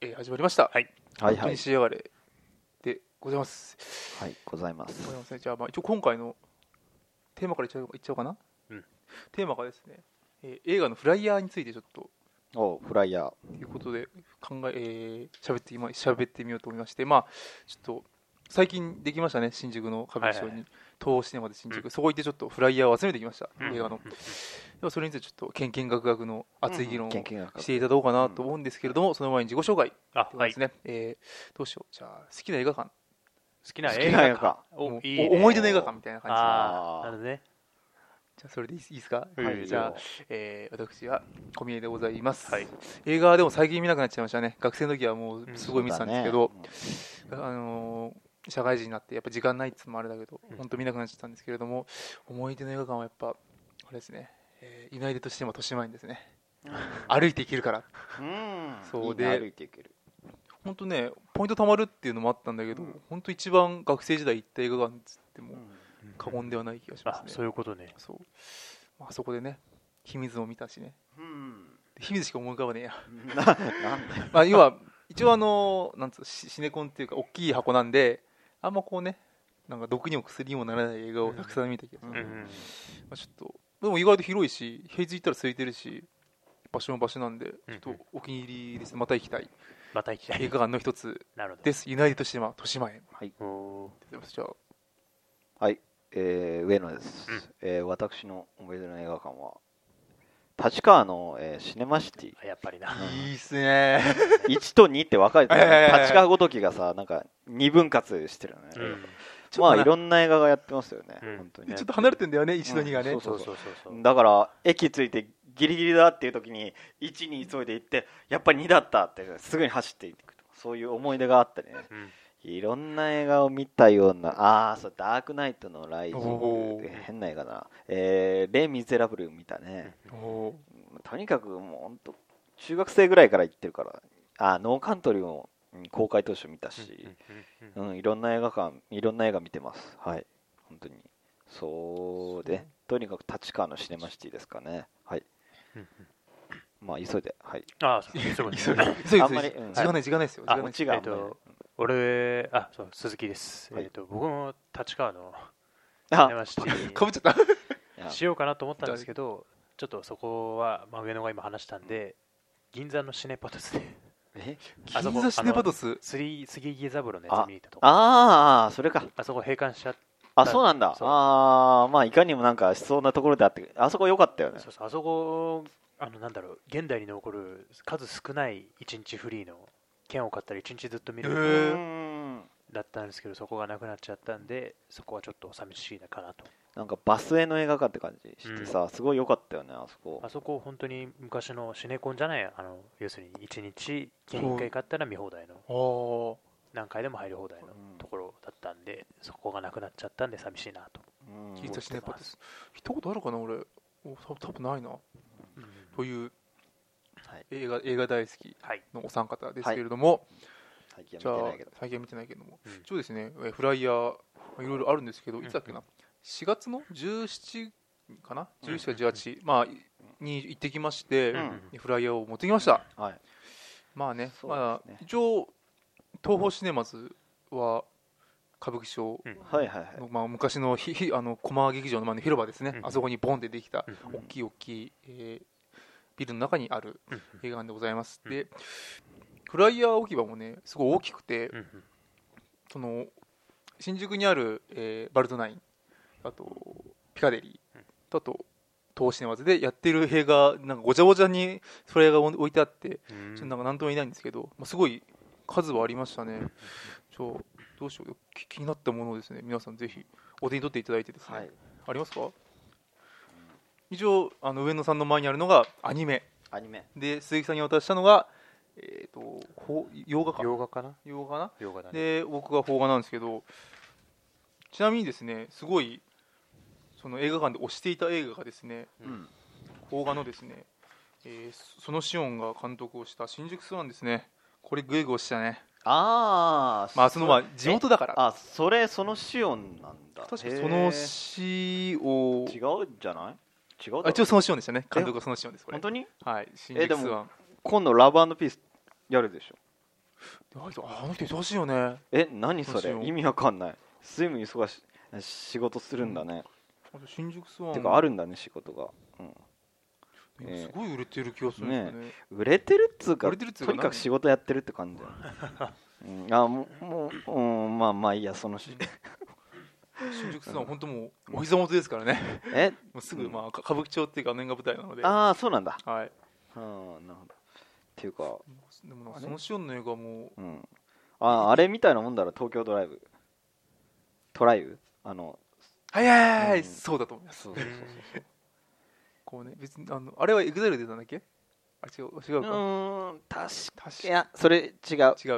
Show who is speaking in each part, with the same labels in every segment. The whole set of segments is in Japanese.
Speaker 1: えー始まりました。
Speaker 2: はい。
Speaker 3: は
Speaker 1: 本
Speaker 3: い
Speaker 1: 当
Speaker 3: は
Speaker 1: に
Speaker 3: い。
Speaker 1: 仕上がれでございます。
Speaker 3: はい、ございます。
Speaker 1: ございますね。じゃあ、まあ、一応今回のテーマからいっちゃういっちゃおうかな。
Speaker 2: うん
Speaker 1: テーマがですね、えー映画のフライヤーについてちょっと、
Speaker 3: おうフライヤー。
Speaker 1: ということで考え、えー、喋って今喋ってみようと思いまして、まあ、ちょっと最近できましたね、新宿の歌舞伎町
Speaker 2: はいはい
Speaker 1: に、東宝シネマで新宿、
Speaker 2: うん
Speaker 1: そこ行ってちょっとフライヤーを集めてきました、
Speaker 2: うん
Speaker 1: 映画の。ではそれについてちょっと、けんけんがくがくの熱い議論を
Speaker 3: 研究学
Speaker 1: していただこうかなと思うんですけれども、その前に自己紹介
Speaker 2: あ、
Speaker 1: で
Speaker 2: はい。
Speaker 1: すね、えーどうしよう、じゃあ、好きな映画館、
Speaker 2: 好きな
Speaker 3: 好
Speaker 2: 映
Speaker 3: き
Speaker 2: 画
Speaker 3: な映
Speaker 2: 館。
Speaker 3: 画
Speaker 2: お
Speaker 1: もう
Speaker 2: いいね
Speaker 1: お思い出の映画館みたいな感じ
Speaker 2: ああ、なるほどね。
Speaker 1: じゃあそれでいいいいですか、
Speaker 2: うん
Speaker 1: は
Speaker 2: う
Speaker 1: い、
Speaker 2: ん
Speaker 1: じゃあ、えー私は小宮でございます、
Speaker 2: はい
Speaker 1: 映画はでも最近見なくなっちゃいましたね学生の時はもうすごい見てたんですけど、。あのー社会人になってやっぱ時間ないっつうのもあれだけど
Speaker 2: うん
Speaker 1: 本当見なくなっちゃったんですけれども思い出の映画館はやっぱあれですねえーいないでとしてもとしまいんですね
Speaker 3: そう
Speaker 1: 歩いていけるから
Speaker 3: だねうん。
Speaker 1: そう
Speaker 3: いいね
Speaker 1: で
Speaker 3: 歩いていける。
Speaker 1: 本当ねポイント貯まるっていうのもあったんだけど
Speaker 3: うん
Speaker 1: 本当一番学生時代行った映画館っつっても過
Speaker 2: うん
Speaker 1: 言ではない気がします
Speaker 2: あ
Speaker 1: ね、
Speaker 2: そういうことね。
Speaker 1: そう、まああそこでね秘密も見たしね
Speaker 3: うん。
Speaker 1: 秘密しか思い浮かばねえや
Speaker 3: ななんだ よ。
Speaker 1: まあ要は一応あのなんつうのシシネコンっていうか大きい箱なんであんまこうねなんか毒にも薬にもならない映画をたくさん見たけど、
Speaker 3: う
Speaker 2: う
Speaker 1: ま
Speaker 2: んうん。
Speaker 1: あ、ちょっとでも意外と広いし平日行ったら空いてるし場所も場所なんで
Speaker 2: うん
Speaker 1: ちょっとお気に入りですまた行きたい
Speaker 2: また行きたい。
Speaker 1: 映画館の一つ
Speaker 2: なるほど。
Speaker 1: ですユナイテッドシネマ豊島園
Speaker 2: おー
Speaker 1: でございますじゃあ
Speaker 3: はい、えー、上野です
Speaker 2: うん。
Speaker 3: えー私の思い出の映画館は、立川のえーシネマ シティ。
Speaker 2: あやっぱりな。
Speaker 3: うん
Speaker 1: いいっすね
Speaker 3: 1と2って分かれてる
Speaker 1: はいはいはいはい
Speaker 3: 立川ごときがさ、なんか2分割してるね。
Speaker 2: うん
Speaker 1: ちょっと
Speaker 3: まあ、
Speaker 1: ない
Speaker 3: ろんな映画がやってますよね、
Speaker 2: うん
Speaker 3: 本当に
Speaker 2: ね
Speaker 1: ちょっと離れてんだよね一度にがね、
Speaker 3: うん
Speaker 2: そうそうそうそう。
Speaker 3: だから駅着いてギリギリだっていう時に1に急いで行ってやっぱり2だったってすぐに走っていくとそういう思い出があったりね
Speaker 2: うん
Speaker 3: いろんな映画を見たようなああそうダークナイトのライジン
Speaker 1: お
Speaker 3: グ
Speaker 1: ー
Speaker 3: 変な映画だなえーレ・ミゼラブル見たね
Speaker 1: おー
Speaker 3: とにかくもう本当中学生ぐらいから行ってるからあーノーカントリーもうん公開当初見たし、
Speaker 2: うんうんうん
Speaker 3: うん、いろんな映画館いろんな映画見てますはい本当にそうでとにかく立川のシネマシティですかねはい
Speaker 2: うん
Speaker 3: まあ急いではい
Speaker 2: あ、そうそう で
Speaker 1: 急
Speaker 2: す
Speaker 1: いで急いで
Speaker 3: あんまりうん
Speaker 1: 時間ない時間ないですよ時間
Speaker 2: あ
Speaker 1: ない
Speaker 3: も
Speaker 1: です
Speaker 3: ちが
Speaker 2: えっと俺、あ、そう、鈴木です。
Speaker 3: はい
Speaker 2: えっと、僕も立川の
Speaker 3: あ
Speaker 2: シネマシティに
Speaker 1: かぶっちゃった
Speaker 3: いや
Speaker 2: しようかなと思ったんですけど、ちょっとそこは、まあ、上野が今話したんで、銀座のシネパトスで、
Speaker 3: え
Speaker 2: あそこ
Speaker 1: 銀座シネパトス
Speaker 2: スリー杉木三郎のやつ見に行ったとこ。
Speaker 3: ああそれか
Speaker 2: あそこ閉館しちゃっ
Speaker 3: あそうなんだ
Speaker 2: そう
Speaker 3: ああまあいかにもなんかしそうなところであってあそこ良かったよね
Speaker 2: そうそうあそこあのなんだろう現代に残る数少ない1日フリーの券を買ったら1日ずっと見れ
Speaker 1: へ
Speaker 3: う
Speaker 1: ー
Speaker 2: る
Speaker 3: ーん
Speaker 2: だったんですけどそこがなくなっちゃったんでそこはちょっと寂しいなかなと
Speaker 3: なんかバスへの映画館って感じしてさすごい良かったよねあそこ
Speaker 2: あそこ本当に昔のシネコンじゃないあの要するに1日券1回買ったら見放題の
Speaker 1: あー
Speaker 2: 何回でも入り放題の
Speaker 3: うん
Speaker 2: ところだったんでそこがなくなっちゃったんで寂しいなと、
Speaker 3: うん
Speaker 1: 銀座シネパトス行ったことあるかな俺お多分多分ないなという
Speaker 3: はい
Speaker 1: 映画映画大好き
Speaker 2: はい、
Speaker 1: のお三方ですけれども、
Speaker 3: 最近
Speaker 1: じゃ
Speaker 3: は見て
Speaker 1: あ
Speaker 3: ないけど
Speaker 1: 最近は見てないけども、
Speaker 2: うん
Speaker 1: 一応ですねえーフライヤーまあいろいろあるんですけど
Speaker 2: ん
Speaker 1: いつだっけな、4月の17かな
Speaker 2: うん
Speaker 1: 17か18、まあいに行ってきまして、
Speaker 2: うん
Speaker 1: フライヤーを持ってきました、
Speaker 3: はい
Speaker 1: まあね
Speaker 3: そうです
Speaker 1: ま
Speaker 3: ね
Speaker 1: あ一応東宝シネマズは歌舞伎町
Speaker 2: うん
Speaker 3: はいはいはい
Speaker 1: の、まあ、昔のひひあの駒劇場の前の広場ですね、
Speaker 2: うん
Speaker 1: あそこにボンってできた
Speaker 2: うん
Speaker 1: 大きい大きい、えービルの中にある
Speaker 2: うん
Speaker 1: 映画館でございます、
Speaker 2: うん
Speaker 1: でフライヤー置き場もねすごい大きくて、
Speaker 2: うん
Speaker 1: その新宿にある、えーバルトナインあとピカデリー、
Speaker 2: うん
Speaker 1: あと東シネマズでやってる映画なんかごちゃごちゃにフライヤーが置いてあって、
Speaker 2: うん
Speaker 1: ちょっとなんか何とも言えないんですけど、まあ、すごい数はありましたねちょどうしようき気になったものをですね皆さんぜひお手に取っていただいてですね、
Speaker 3: はい
Speaker 1: ありますか以上あの上野さんの前にあるのがアニメ
Speaker 3: アニメ
Speaker 1: で鈴木さんに渡したのが、えー、とほう洋画か
Speaker 2: 洋画かな
Speaker 1: 洋画かな
Speaker 2: 洋画だね
Speaker 1: で僕が邦画なんですけどちなみにですねすごいその映画館で推していた映画がですね
Speaker 3: うん
Speaker 1: 邦画のですね、えーそのシオンが監督をした新宿スワンですねこれグエグをしたね
Speaker 3: ああ
Speaker 1: まあそのまあ地元だから
Speaker 3: あそれそのシオンなんだ
Speaker 1: 確か
Speaker 3: へー
Speaker 1: そのシオン
Speaker 3: 違うんじゃない違うだろ
Speaker 1: あ一応そのシオンでしたね監督はそのシオンですこれ
Speaker 3: 本当に
Speaker 1: はい新
Speaker 3: えで
Speaker 1: 宿
Speaker 3: も
Speaker 1: スワン
Speaker 3: 今度ラブピースやるでしょ
Speaker 1: あいつあの人忙しいよね
Speaker 3: え何そ
Speaker 1: そうし
Speaker 3: れ
Speaker 1: よう
Speaker 3: 意味わかんないスイム忙し仕事するんだね、
Speaker 1: あと新宿スワン
Speaker 3: てかあるんだね仕事が、
Speaker 1: いやすごい売れてる気がするんですよね
Speaker 3: うん、売れてるっつうか
Speaker 1: 売れてるっつうか
Speaker 3: とにかく
Speaker 1: 何
Speaker 3: 仕事やってるって感じだよ、うん、あもうもう、うん、まあまあいいやそのし
Speaker 1: 新宿スワン本当もうお膝元ですからね
Speaker 3: え
Speaker 1: もうすぐ、まあ、か歌舞伎町っていうか、年が舞台なので、は
Speaker 3: ああそうなんだ
Speaker 1: い、
Speaker 3: うんなるほどっていうか
Speaker 1: でもなん
Speaker 3: あ
Speaker 1: か
Speaker 3: れ
Speaker 1: そのシオンの映画も、
Speaker 3: うんあああれみたいなもんだろ東京ドライブトライブあの
Speaker 1: はいはいはい、
Speaker 3: うん
Speaker 1: そうだと思います。
Speaker 3: そう
Speaker 2: う
Speaker 3: そ
Speaker 2: ん
Speaker 3: うそう
Speaker 1: こうね、別にあのあれはエグザイル出たんだっけあ違う違
Speaker 3: う
Speaker 1: うか、
Speaker 3: ーん確
Speaker 1: 確
Speaker 3: かい
Speaker 1: か
Speaker 3: やそれ違
Speaker 1: 違
Speaker 3: う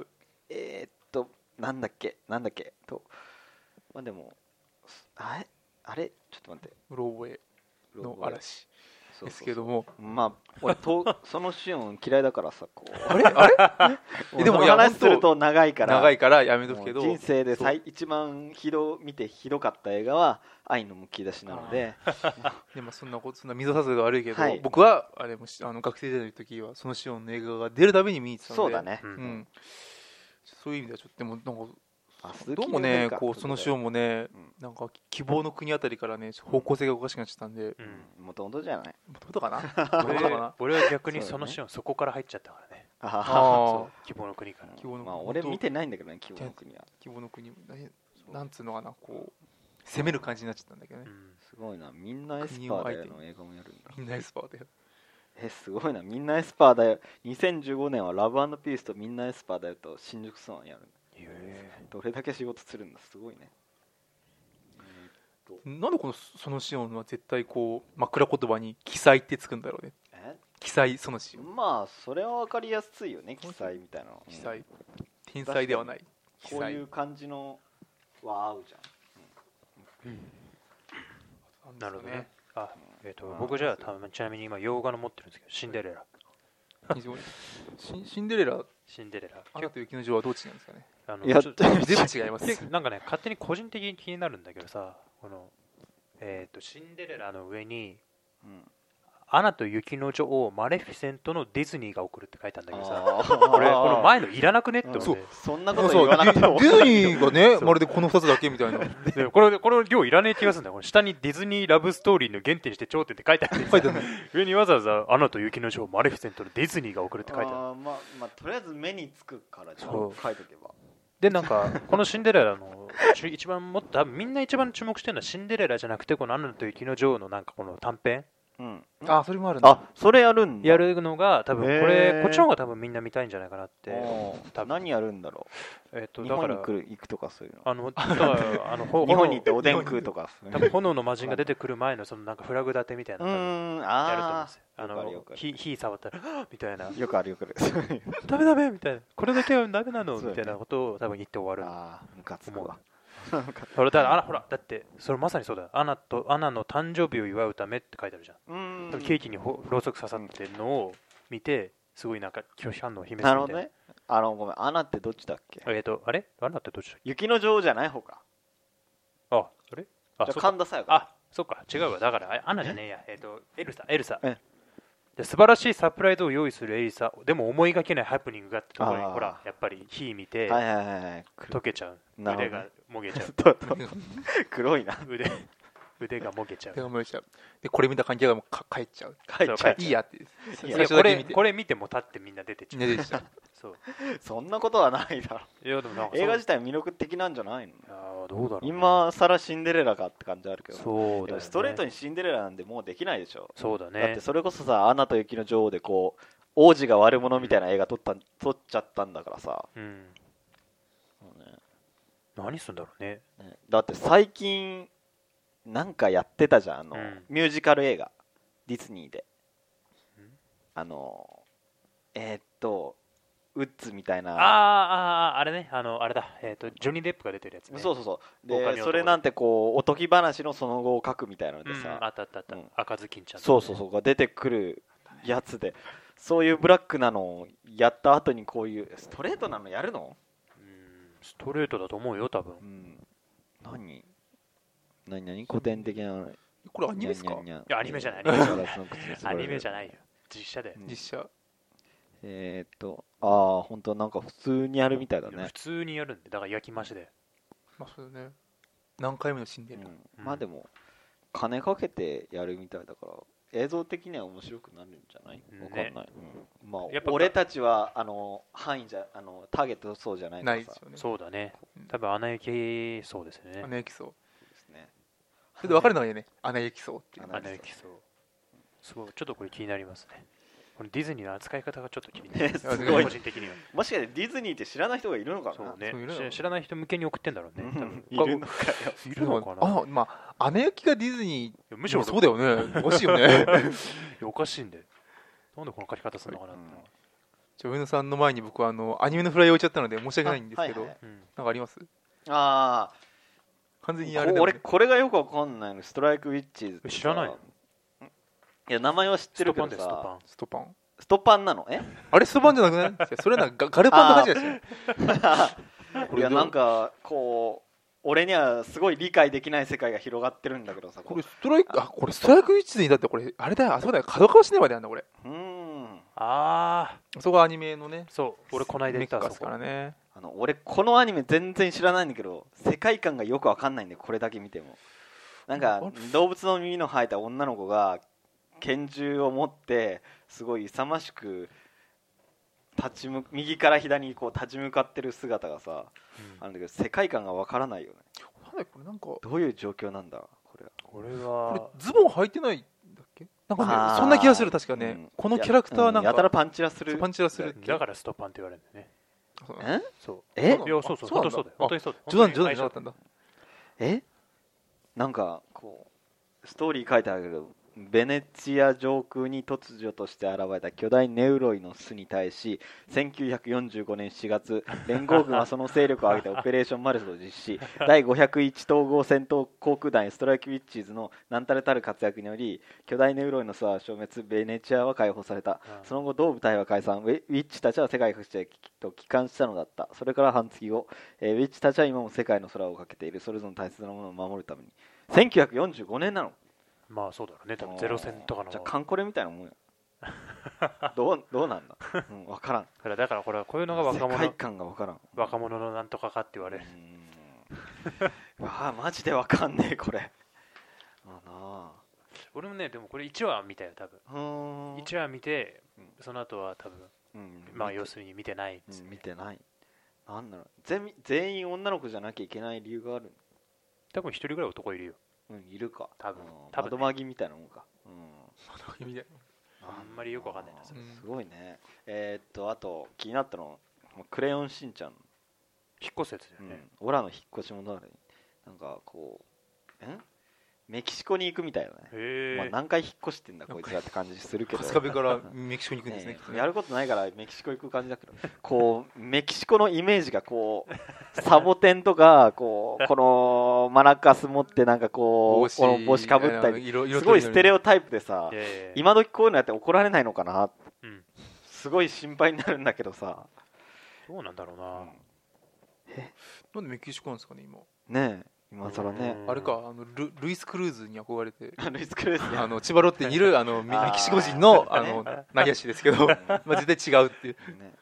Speaker 1: う、
Speaker 3: えーっとなんだっけなんだっけとまあでもあれあれちょっと待って
Speaker 1: うろ覚えの嵐
Speaker 3: そうそうそう
Speaker 1: ですけども、
Speaker 3: まあ俺と そのシオン嫌いだからさこう
Speaker 1: あれあれえ
Speaker 3: で
Speaker 1: で
Speaker 3: も
Speaker 1: も
Speaker 3: お
Speaker 1: いや
Speaker 3: 話すると長いから
Speaker 1: 長いからやめと
Speaker 3: も
Speaker 1: く
Speaker 3: う
Speaker 1: けど、
Speaker 3: 人生で
Speaker 1: そう
Speaker 3: 最一番ひど見てひどかった映画は「愛のむき出し」なので
Speaker 1: でまあ、そんなこと、そんな水させでは悪いけど、
Speaker 3: はい
Speaker 1: 僕はあれもしあの学生時代の時は、そのシオンの映画が出るために見に行ってたので、
Speaker 3: そうだ、ね
Speaker 2: う
Speaker 1: うんん、そういう意味ではちょっと、でもなんか、
Speaker 3: あ鈴木
Speaker 1: どうも
Speaker 3: 亮
Speaker 1: ね、
Speaker 3: か
Speaker 1: こうそのシオンもね、
Speaker 3: うん
Speaker 1: なんか希望の国あたりからね、方向性がおかしくなっちゃったんで、
Speaker 2: うん
Speaker 3: もともとじゃない
Speaker 1: もともとかな もともとかな
Speaker 2: 俺は逆に
Speaker 3: そうだね
Speaker 2: そのシーンそこから入っちゃったからね
Speaker 3: あ
Speaker 1: あー
Speaker 3: はは
Speaker 2: そう希望 の国から
Speaker 1: 希望の国、
Speaker 3: まあ俺見てないんだけどね希望の国は
Speaker 1: 希望の国何なんつうのかなこう攻める感じになっちゃったんだけど
Speaker 2: う
Speaker 1: ね
Speaker 2: ん
Speaker 3: すごいなみんなエスパーでの映画もやるんだ
Speaker 1: みんなエスパーで
Speaker 3: えすごいなみんなエスパーだよ2015年はラブピースとみんなエスパーだよと新宿スワンやるんだどれだけ仕事するんだすごいね
Speaker 1: なんでこのそのシオンは絶対こう枕言葉に記載ってつくんだろうね
Speaker 3: え
Speaker 1: 記載そのシオン
Speaker 3: まあそれは分かりやすいよね記載みたいなの
Speaker 1: 記載天才ではない記
Speaker 3: こうい
Speaker 1: 載
Speaker 3: う感じのは合うじゃん
Speaker 2: なるほどねあえっと
Speaker 3: うん
Speaker 2: 僕じゃあ多分ちなみに今洋画の持ってるんですけどシンデレラ
Speaker 1: 非常にシシンデレラ
Speaker 2: シンデレラ
Speaker 1: アナと雪の女王はどっちなんですかね
Speaker 2: あの
Speaker 3: いや
Speaker 2: ちょっと
Speaker 1: 全部違います
Speaker 2: でなんかね勝手に個人的に気になるんだけどさこのえっとシンデレラの上に
Speaker 3: うん
Speaker 2: アナと雪の女王マレフィセントのディズニーが送るって書いたんだけどさ
Speaker 3: あ
Speaker 2: 俺この 前のいらなくねって思って、
Speaker 1: そう
Speaker 3: そんなこ
Speaker 1: そう
Speaker 3: と言わなくても
Speaker 1: ディズニーがね
Speaker 2: そう
Speaker 1: まるでこの2つだけみたいな
Speaker 2: でこれ、これ、量いらねえ気がするんだよ。この下にディズニーラブストーリーの原点にして頂点って書いてあるんです
Speaker 1: 書い
Speaker 2: よ
Speaker 1: てあるね
Speaker 2: 上にわざわざ、アナと雪の女王、マレフィセントのディズニーが送るって書いてある。
Speaker 3: あーまあまあとりあえず目につくからじゃん
Speaker 1: そう
Speaker 3: 書いとけば
Speaker 2: で、なんか、このシンデレラの、ちゅ一番もっと、多分みんな一番注目してるのはシンデレラじゃなくて、このアナと雪の女王のなんかこの短編
Speaker 3: うん
Speaker 1: あそれもあるな
Speaker 3: あそれやるんだ
Speaker 2: やるのが、多分こ
Speaker 3: へ
Speaker 2: れ
Speaker 3: ー、
Speaker 2: こっちの方が多分みんな見たいんじゃないかなって。
Speaker 3: おー
Speaker 2: 多分
Speaker 3: 何やるんだろ
Speaker 2: えっ
Speaker 3: う
Speaker 2: と、
Speaker 3: 日
Speaker 2: だか
Speaker 3: 本に
Speaker 2: ら、
Speaker 3: 来る行くとかそういうの
Speaker 2: あの、だからあの、ほ
Speaker 3: 日本に行っておでん
Speaker 2: ほの
Speaker 3: 食うとかそういう
Speaker 2: 多
Speaker 3: の
Speaker 2: 分炎の魔人が出てくる前の、そのなんかフラグ立てみたいな
Speaker 3: う
Speaker 2: の多分
Speaker 3: ーん
Speaker 2: やると思うん
Speaker 3: あ
Speaker 2: ですよ。あ
Speaker 3: よくあるよ
Speaker 2: の
Speaker 3: くあ、る
Speaker 2: 火火触ったら、 はっみたいな。
Speaker 3: あよくあるよくある
Speaker 2: ダメダメみたいなこれだけはダメなの
Speaker 3: そうだね
Speaker 2: みたいなことを多分言って終わる
Speaker 3: ああムカつく
Speaker 2: 思う
Speaker 3: わ
Speaker 2: ほらだからあらほらだってそれまさにそうだよアナとアナの誕生日を祝うためって書いてあるじゃん、
Speaker 3: うーん
Speaker 2: 多分ケーキにほろうそく刺さってるのを見てすごいなんか拒否反応を示すみた
Speaker 3: ないる
Speaker 2: な
Speaker 3: ほどねあのごめんアナってどっちだっけ
Speaker 2: えっ、とあれアナってどっちだっ
Speaker 3: 雪の女王じゃない方か
Speaker 2: けああれあ
Speaker 3: じゃ
Speaker 2: そ
Speaker 3: あ
Speaker 2: っか
Speaker 3: 神田沙也加
Speaker 2: あそっか違うわだからあれアナじゃねえやえっ、とエルサエルサ
Speaker 3: え
Speaker 2: で素晴らしいサプライズを用意するエリサでも思いがけないハプニングがあったところに
Speaker 3: あー
Speaker 2: ほらやっぱり火見て
Speaker 3: はいはいはいはい
Speaker 2: 溶けちゃう
Speaker 3: なるほど
Speaker 2: 腕がもげちゃう
Speaker 3: 黒黒いな
Speaker 2: 腕腕がもげちゃう
Speaker 1: 手が燃えちゃうでこれ見た関係がもうか帰っちゃう
Speaker 3: 書いちゃう
Speaker 1: いいやって
Speaker 3: い
Speaker 1: 最
Speaker 3: や
Speaker 2: いや
Speaker 1: 初だ
Speaker 2: こ
Speaker 1: け
Speaker 2: れ
Speaker 1: 見て
Speaker 2: これ見ても立ってみんな出てっちゃう、
Speaker 1: ね出てきた
Speaker 2: そう
Speaker 3: そんなことはないだろ
Speaker 2: いやでもなんか
Speaker 3: 映画自体魅力的なんじゃないの
Speaker 2: あどうだろう、
Speaker 3: 今さらシンデレラかって感じあるけど
Speaker 2: そうだ、
Speaker 3: でも
Speaker 2: ね、
Speaker 3: ストレート
Speaker 2: に
Speaker 3: にシンデレラなんでもうできないでしょ
Speaker 2: そうだね
Speaker 3: だってそれこそさ「アナと雪の女王」でこう王子が悪者みたいな映画撮った撮っちゃったんだからさ、
Speaker 2: うん何すんだろうね
Speaker 3: ねだって最近なんかやってたじゃんあの、
Speaker 2: うん
Speaker 3: ミュージカル映画ディズニーで、
Speaker 2: ん
Speaker 3: あのえーっとウッズみたい
Speaker 2: あー
Speaker 3: な
Speaker 2: あーあーあれねあのあれだえっ、とジョニー・デップが出てるやつね
Speaker 3: そう
Speaker 2: う
Speaker 3: そうそう
Speaker 2: 豪華に
Speaker 3: で
Speaker 2: 男
Speaker 3: それなんてこうおとぎ話のその後を書くみたいなので
Speaker 2: ん
Speaker 3: さ、
Speaker 2: あったあったあった、
Speaker 3: うん
Speaker 2: 赤ずきんちゃんとか
Speaker 3: そ
Speaker 2: ね、
Speaker 3: うそうそうが出てくるやつでそういうブラックなのをやった後にこういうストレートなのやるの、
Speaker 2: うんストレートだと思うよ多分
Speaker 3: うん、何何何古典的な
Speaker 1: これアニメですか
Speaker 3: い
Speaker 2: いやアニメじゃない
Speaker 3: ガラスの靴の
Speaker 2: アニメじ
Speaker 3: ゃ
Speaker 2: ゃないよ実写で
Speaker 3: うん
Speaker 1: 実写
Speaker 3: えーっとああ本当なんか普通にやるみたいだね
Speaker 2: 普通にやるんでだから焼き増しで
Speaker 1: まあそうだね何回目のシンデレラ、
Speaker 3: うんまあでも金かけてやるみたいだから映像的には面白くなるんじゃない
Speaker 2: ね
Speaker 3: わかんない、うんまあ
Speaker 2: やっぱ
Speaker 3: 俺たちはあの範囲じゃあのターゲットそうじゃないか
Speaker 1: な
Speaker 3: ら
Speaker 1: いで
Speaker 3: さ
Speaker 1: すよね
Speaker 2: そうだね
Speaker 1: うん
Speaker 2: 多分穴行きそうですよね
Speaker 1: 穴行きそう
Speaker 3: ですね
Speaker 1: それで分かるのがいいね穴行きそうっていう
Speaker 3: 穴
Speaker 1: の
Speaker 2: 穴行きそうすごいちょっとこれ気になりますねこのディズニーの扱い方がちょっと気になる
Speaker 3: す
Speaker 1: ごい
Speaker 2: 個人的には
Speaker 3: もしかしてディズニーって知らない人がいるのかな
Speaker 2: そうね
Speaker 1: そういうの
Speaker 2: 知ら知らない人向けに送ってんだろうね多分
Speaker 3: いるのかよ
Speaker 2: いるのかない
Speaker 1: あまあ穴行きがディズニ
Speaker 2: やむ
Speaker 1: ー
Speaker 2: しろ
Speaker 1: そうだよね惜しいよね
Speaker 2: いやおかしいんでなんでこの書き方するのかなってのは
Speaker 1: じゃあ上野さんの前に僕はあのアニメのフライを置いちゃったので申し訳ないんですけど、
Speaker 3: あはいはい
Speaker 2: うん
Speaker 1: なんかあります
Speaker 3: あ
Speaker 1: 完全にあ
Speaker 3: あ
Speaker 1: れだ
Speaker 3: こ
Speaker 1: よ
Speaker 3: 俺
Speaker 1: ね
Speaker 3: これがよくわかんないのストライクウィッチーズってさ
Speaker 2: 知らない
Speaker 3: いや名前は知って
Speaker 2: ス
Speaker 3: る
Speaker 2: ト
Speaker 3: け
Speaker 2: パ
Speaker 3: ど
Speaker 2: ン
Speaker 3: さ
Speaker 2: ですストパン
Speaker 1: ストパン
Speaker 3: ストパンなの え
Speaker 1: あれストパンじゃなくないそれなんかガガルパンと感じですよこ
Speaker 3: い
Speaker 1: れ
Speaker 3: や
Speaker 1: どう
Speaker 3: なんかこう俺にはすごい理解できない世界が広がってるんだけどさ
Speaker 1: これストライクあこれストライクウィッチでいいんだってこれあれだよあそこだよ角川シネマでやんだこれ
Speaker 3: うーん
Speaker 2: ああ
Speaker 1: あそこはアニメのね
Speaker 2: そう俺こないだ
Speaker 1: メ
Speaker 2: 言
Speaker 1: ッ
Speaker 2: っ
Speaker 1: カで
Speaker 2: たそ
Speaker 1: すか
Speaker 2: こ
Speaker 1: らね
Speaker 3: あの俺このアニメ全然知らないんだけど世界観がよくわかんないんでこれだけ見てもなんか
Speaker 1: あ
Speaker 3: 動物の耳の生えた女の子が拳銃を持ってすごい勇ましく立ち向右から左にこう立ち向かってる姿がさあ
Speaker 2: うん
Speaker 3: るんだけど世界観がわからないよね
Speaker 1: なんだっけこれなんかこ
Speaker 3: どういう状況なんだこれは
Speaker 2: これ
Speaker 1: れ
Speaker 2: は
Speaker 1: ズボン履いてないんだっけなんか
Speaker 3: あ
Speaker 1: ね
Speaker 3: ー
Speaker 1: そんな気がする確か
Speaker 3: う
Speaker 1: ね
Speaker 3: ん
Speaker 1: このキャラクターなん
Speaker 3: やたら
Speaker 1: か
Speaker 3: パンチラす
Speaker 1: そう
Speaker 3: る
Speaker 1: パンチラするっけ
Speaker 2: だからストパンって言われるんだよね
Speaker 1: そう
Speaker 3: え
Speaker 2: そう
Speaker 3: え
Speaker 2: いやそうそう
Speaker 1: そう
Speaker 2: 本
Speaker 1: なんだ
Speaker 2: 当そうだよ本当にそうだよ
Speaker 1: 冗談冗談じゃなか
Speaker 2: 本
Speaker 1: ったんだ
Speaker 3: えなんかこうストーリー書いてあるけどベネチア上空に突如として現れた巨大ネウロイの巣に対し1945年4月連合軍はその勢力を上げてオペレーションマルスを実施第501統合戦闘航空団ストライキウィッチーズの何たれたる活躍により巨大ネウロイの巣は消滅ベネチアは解放された
Speaker 2: 当に
Speaker 3: その後同部隊は解散ウェウィッチたちは世界各地へと帰還したのだったそれから半月後、えーウィッチたちは今も世界の空をかけているそれぞれの大切なものを守るために1945年なの
Speaker 2: うんまあそうだろうね多分ゼロ戦とかの
Speaker 3: じゃあカンコレみたいな もんやどうどうなんだ、うん、分からん
Speaker 2: だからだからこれはこういうのが若
Speaker 3: 世界
Speaker 2: 者
Speaker 3: 観が分からん
Speaker 2: 若者のなんとかかって言われる
Speaker 3: うんわあマジで分かんねえこれあな
Speaker 2: 俺もねでもこれ1話見たよ多分
Speaker 3: あうーん
Speaker 2: 1話見て
Speaker 3: うん
Speaker 2: その後は多分
Speaker 3: うん
Speaker 2: まあ要するに見てないっつっ
Speaker 3: うん
Speaker 2: て
Speaker 3: 見てないなんだろう全全員女の子じゃなきゃいけない理由がある
Speaker 2: 多分一人ぐらい男いるよ
Speaker 3: うん、いるか。
Speaker 2: 多分
Speaker 3: うん
Speaker 2: 多分ね
Speaker 3: 窓マギみたいなもんか。うん。
Speaker 2: あんまりよくわかんないな
Speaker 3: あー
Speaker 2: そ
Speaker 1: れうん
Speaker 3: すごいね。えーっと、あと、気になったの、クレヨンしんちゃん。
Speaker 2: 引っ越すやつだ
Speaker 3: う
Speaker 2: よ
Speaker 3: ん
Speaker 2: ね。
Speaker 3: オラの引っ越し物だね。なんか、こう、んメキシコに行くみたいなね。
Speaker 2: へ
Speaker 3: まあ、
Speaker 2: え
Speaker 3: 何回引っ越してんだ、こいつらって感じするけど。
Speaker 1: 春日部 から メキシコに行くんですね
Speaker 3: ね
Speaker 1: きっとね
Speaker 3: やることないからメキシコ行く感じだけどこうメキシコのイメージがこうサボテンとかこうこのマラカス持ってなんかこうこの帽子かぶったり
Speaker 1: いろろ
Speaker 3: すごいステレ
Speaker 1: オ
Speaker 3: オタイプでさ
Speaker 2: いやいやいや
Speaker 3: 今時こういうのやって怒られないのかな
Speaker 2: うん
Speaker 3: すごい心配になるんだけどさ、
Speaker 2: どうなんだろうな
Speaker 1: なんでメキシコなんですかね今
Speaker 3: ねえ今更ね
Speaker 2: うん
Speaker 1: あれかあのルルイス・クルーズに憧れて
Speaker 3: ルイス・クルーズ
Speaker 1: あの千葉ロッテにいるあのメ
Speaker 3: あー
Speaker 1: メキシコ人の
Speaker 3: そう
Speaker 1: あ
Speaker 3: だね
Speaker 1: の内野手ですけどまあ絶対違うっていう
Speaker 3: ね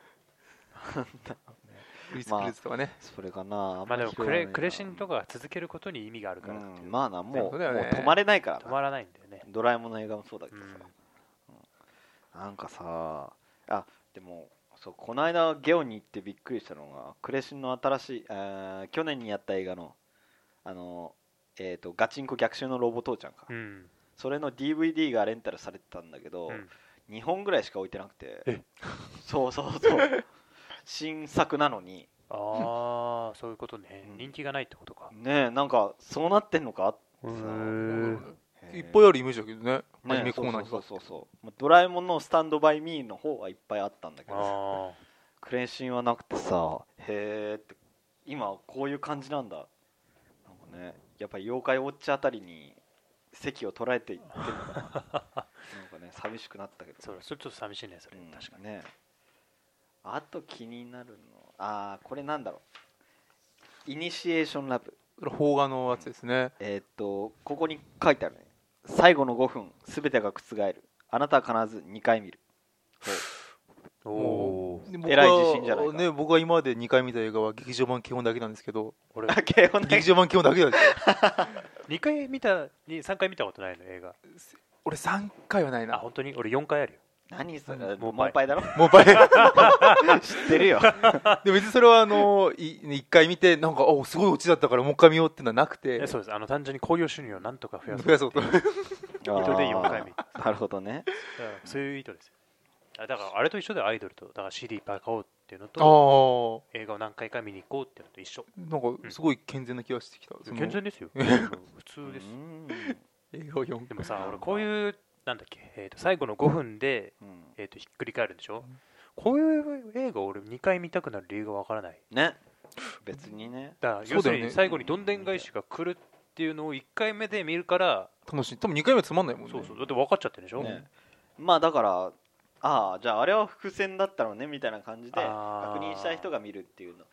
Speaker 1: ルイス・クルーズとかね
Speaker 3: それかな
Speaker 2: まあでもクレクレシンと
Speaker 3: か
Speaker 2: かは続けることに意味があるからっていう
Speaker 3: まあな
Speaker 1: そ
Speaker 3: も
Speaker 1: う
Speaker 3: う
Speaker 1: だよね
Speaker 3: もう止まれないから
Speaker 2: 止
Speaker 3: な
Speaker 2: まらないんだよね
Speaker 3: ドラえもんの映画もそうだけ
Speaker 2: う
Speaker 3: どさ、
Speaker 2: ん
Speaker 3: なんかさあでもそうこの間ゲオに行ってびっくりしたのがクレシンの新しい、えー去年にやった映画のあのえー、とガチンコ逆襲のロボ父ちゃんか、
Speaker 2: うん
Speaker 3: それの DVD がレンタルされてたんだけど、
Speaker 2: うん
Speaker 3: 2本ぐらいしか置いてなくて
Speaker 2: え
Speaker 3: そうそうそう新作なのに
Speaker 2: あ あそういうことね
Speaker 3: うん
Speaker 2: 人気がないってことか
Speaker 3: ねえなんかそうなってんのか
Speaker 2: へ
Speaker 3: そう
Speaker 2: ー
Speaker 1: いっぱい
Speaker 3: あ
Speaker 1: あるイメージだけどねアニメコーナーに
Speaker 3: そうそうそうそうもうドラえもんの「スタンドバイミー」の方はいっぱいあったんだけど
Speaker 2: あ
Speaker 3: クレシンはなくてさへえって今こういう感じなんだなんかねやっぱり妖怪ウォッチあたりに席を捉えていってるの かななんかね寂しくなったけど
Speaker 2: あそうだそれちょっと寂しいねそれ
Speaker 3: うん
Speaker 2: 確かに
Speaker 3: ねあと気になるのあーこれなんだろうイニシエーションラブ
Speaker 1: これ邦画のやつですね
Speaker 3: えーっとここに書いてあるね最後の5分すべてが覆るあなたは必ず2回見る
Speaker 2: おー
Speaker 1: で僕は
Speaker 3: 偉い自信じゃないか
Speaker 1: ね、僕が今まで2回見た映画は劇場版基本だけなんですけど、
Speaker 2: 俺
Speaker 3: あ慶応ね
Speaker 1: 劇場版基本だけなんですよ。
Speaker 2: 2回見たに3回見たことないの映画
Speaker 1: 俺3回はない
Speaker 2: あ
Speaker 1: な。
Speaker 2: 本当に俺4回あるよ
Speaker 3: 何そ
Speaker 1: も
Speaker 3: れ
Speaker 2: う
Speaker 3: もう
Speaker 2: パ
Speaker 3: 満杯
Speaker 2: イ
Speaker 3: だろ
Speaker 1: もう 倍。
Speaker 3: 知って るよ
Speaker 1: でも別にそれはあのい1回見てなんかおすごいオチだったからもう一回見ようっていうのはなく
Speaker 2: え
Speaker 1: て
Speaker 2: そうですあの単純に興行収入をなんとか増やそう
Speaker 1: 増やそうと
Speaker 2: 意図で4回見
Speaker 3: あーなるほどね
Speaker 2: うんそういう意図ですよあだからあれと一緒でアイドルとだから CD いっぱい買おうっていうのと
Speaker 1: あ
Speaker 2: 映画を何回か見に行こうっていうのと一緒
Speaker 1: あなんかすごい健全な気がしてきたその
Speaker 2: 健 全ですようん普通です
Speaker 3: うん
Speaker 1: 映画を読む
Speaker 2: でもさ俺こういうなんだっけ、えーと最後の5分で、
Speaker 3: うん
Speaker 2: えーとひっくり返るんでしょ
Speaker 1: うん
Speaker 2: こういう映画俺2回見たくなる理由がわからない
Speaker 3: ね別にね
Speaker 2: だから
Speaker 1: そうだよね
Speaker 2: 要するに最後にどんでん返しが来るっていうのを1回目で見るから
Speaker 1: 楽しい多分2回目はつまんないもんね
Speaker 2: そうそうだって分かっちゃってるでしょ、
Speaker 3: ねまあだからああじゃああれは伏線だったのねみたいな感じで
Speaker 2: あー
Speaker 3: 確認したい人が見るっていうの